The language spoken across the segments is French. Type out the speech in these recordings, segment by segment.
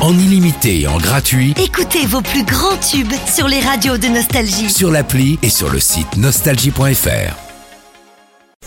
en illimité et en gratuit Écoutez vos plus grands tubes sur les radios de Nostalgie. sur l'appli et sur le site nostalgie.fr.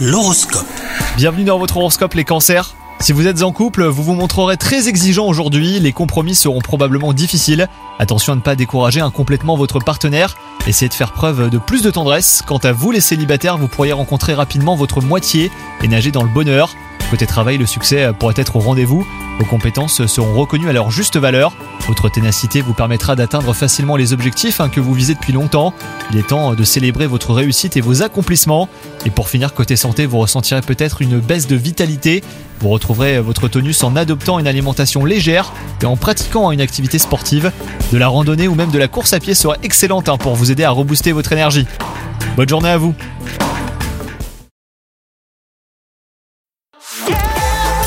L'horoscope. Bienvenue dans votre horoscope les cancers. Si vous êtes en couple, vous vous montrerez très exigeant aujourd'hui, les compromis seront probablement difficiles. Attention à ne pas décourager incomplètement votre partenaire, essayez de faire preuve de plus de tendresse. Quant à vous les célibataires, vous pourriez rencontrer rapidement votre moitié et nager dans le bonheur. Côté travail, le succès euh, pourrait être au rendez-vous, vos compétences seront reconnues à leur juste valeur, votre ténacité vous permettra d'atteindre facilement les objectifs hein, que vous visez depuis longtemps. Il est temps de célébrer votre réussite et vos accomplissements. Et pour finir, côté santé, vous ressentirez peut-être une baisse de vitalité. Vous retrouverez euh, votre tonus en adoptant une alimentation légère et en pratiquant une activité sportive. De la randonnée ou même de la course à pied sera excellente hein, pour vous aider à rebooster votre énergie. Bonne journée à vous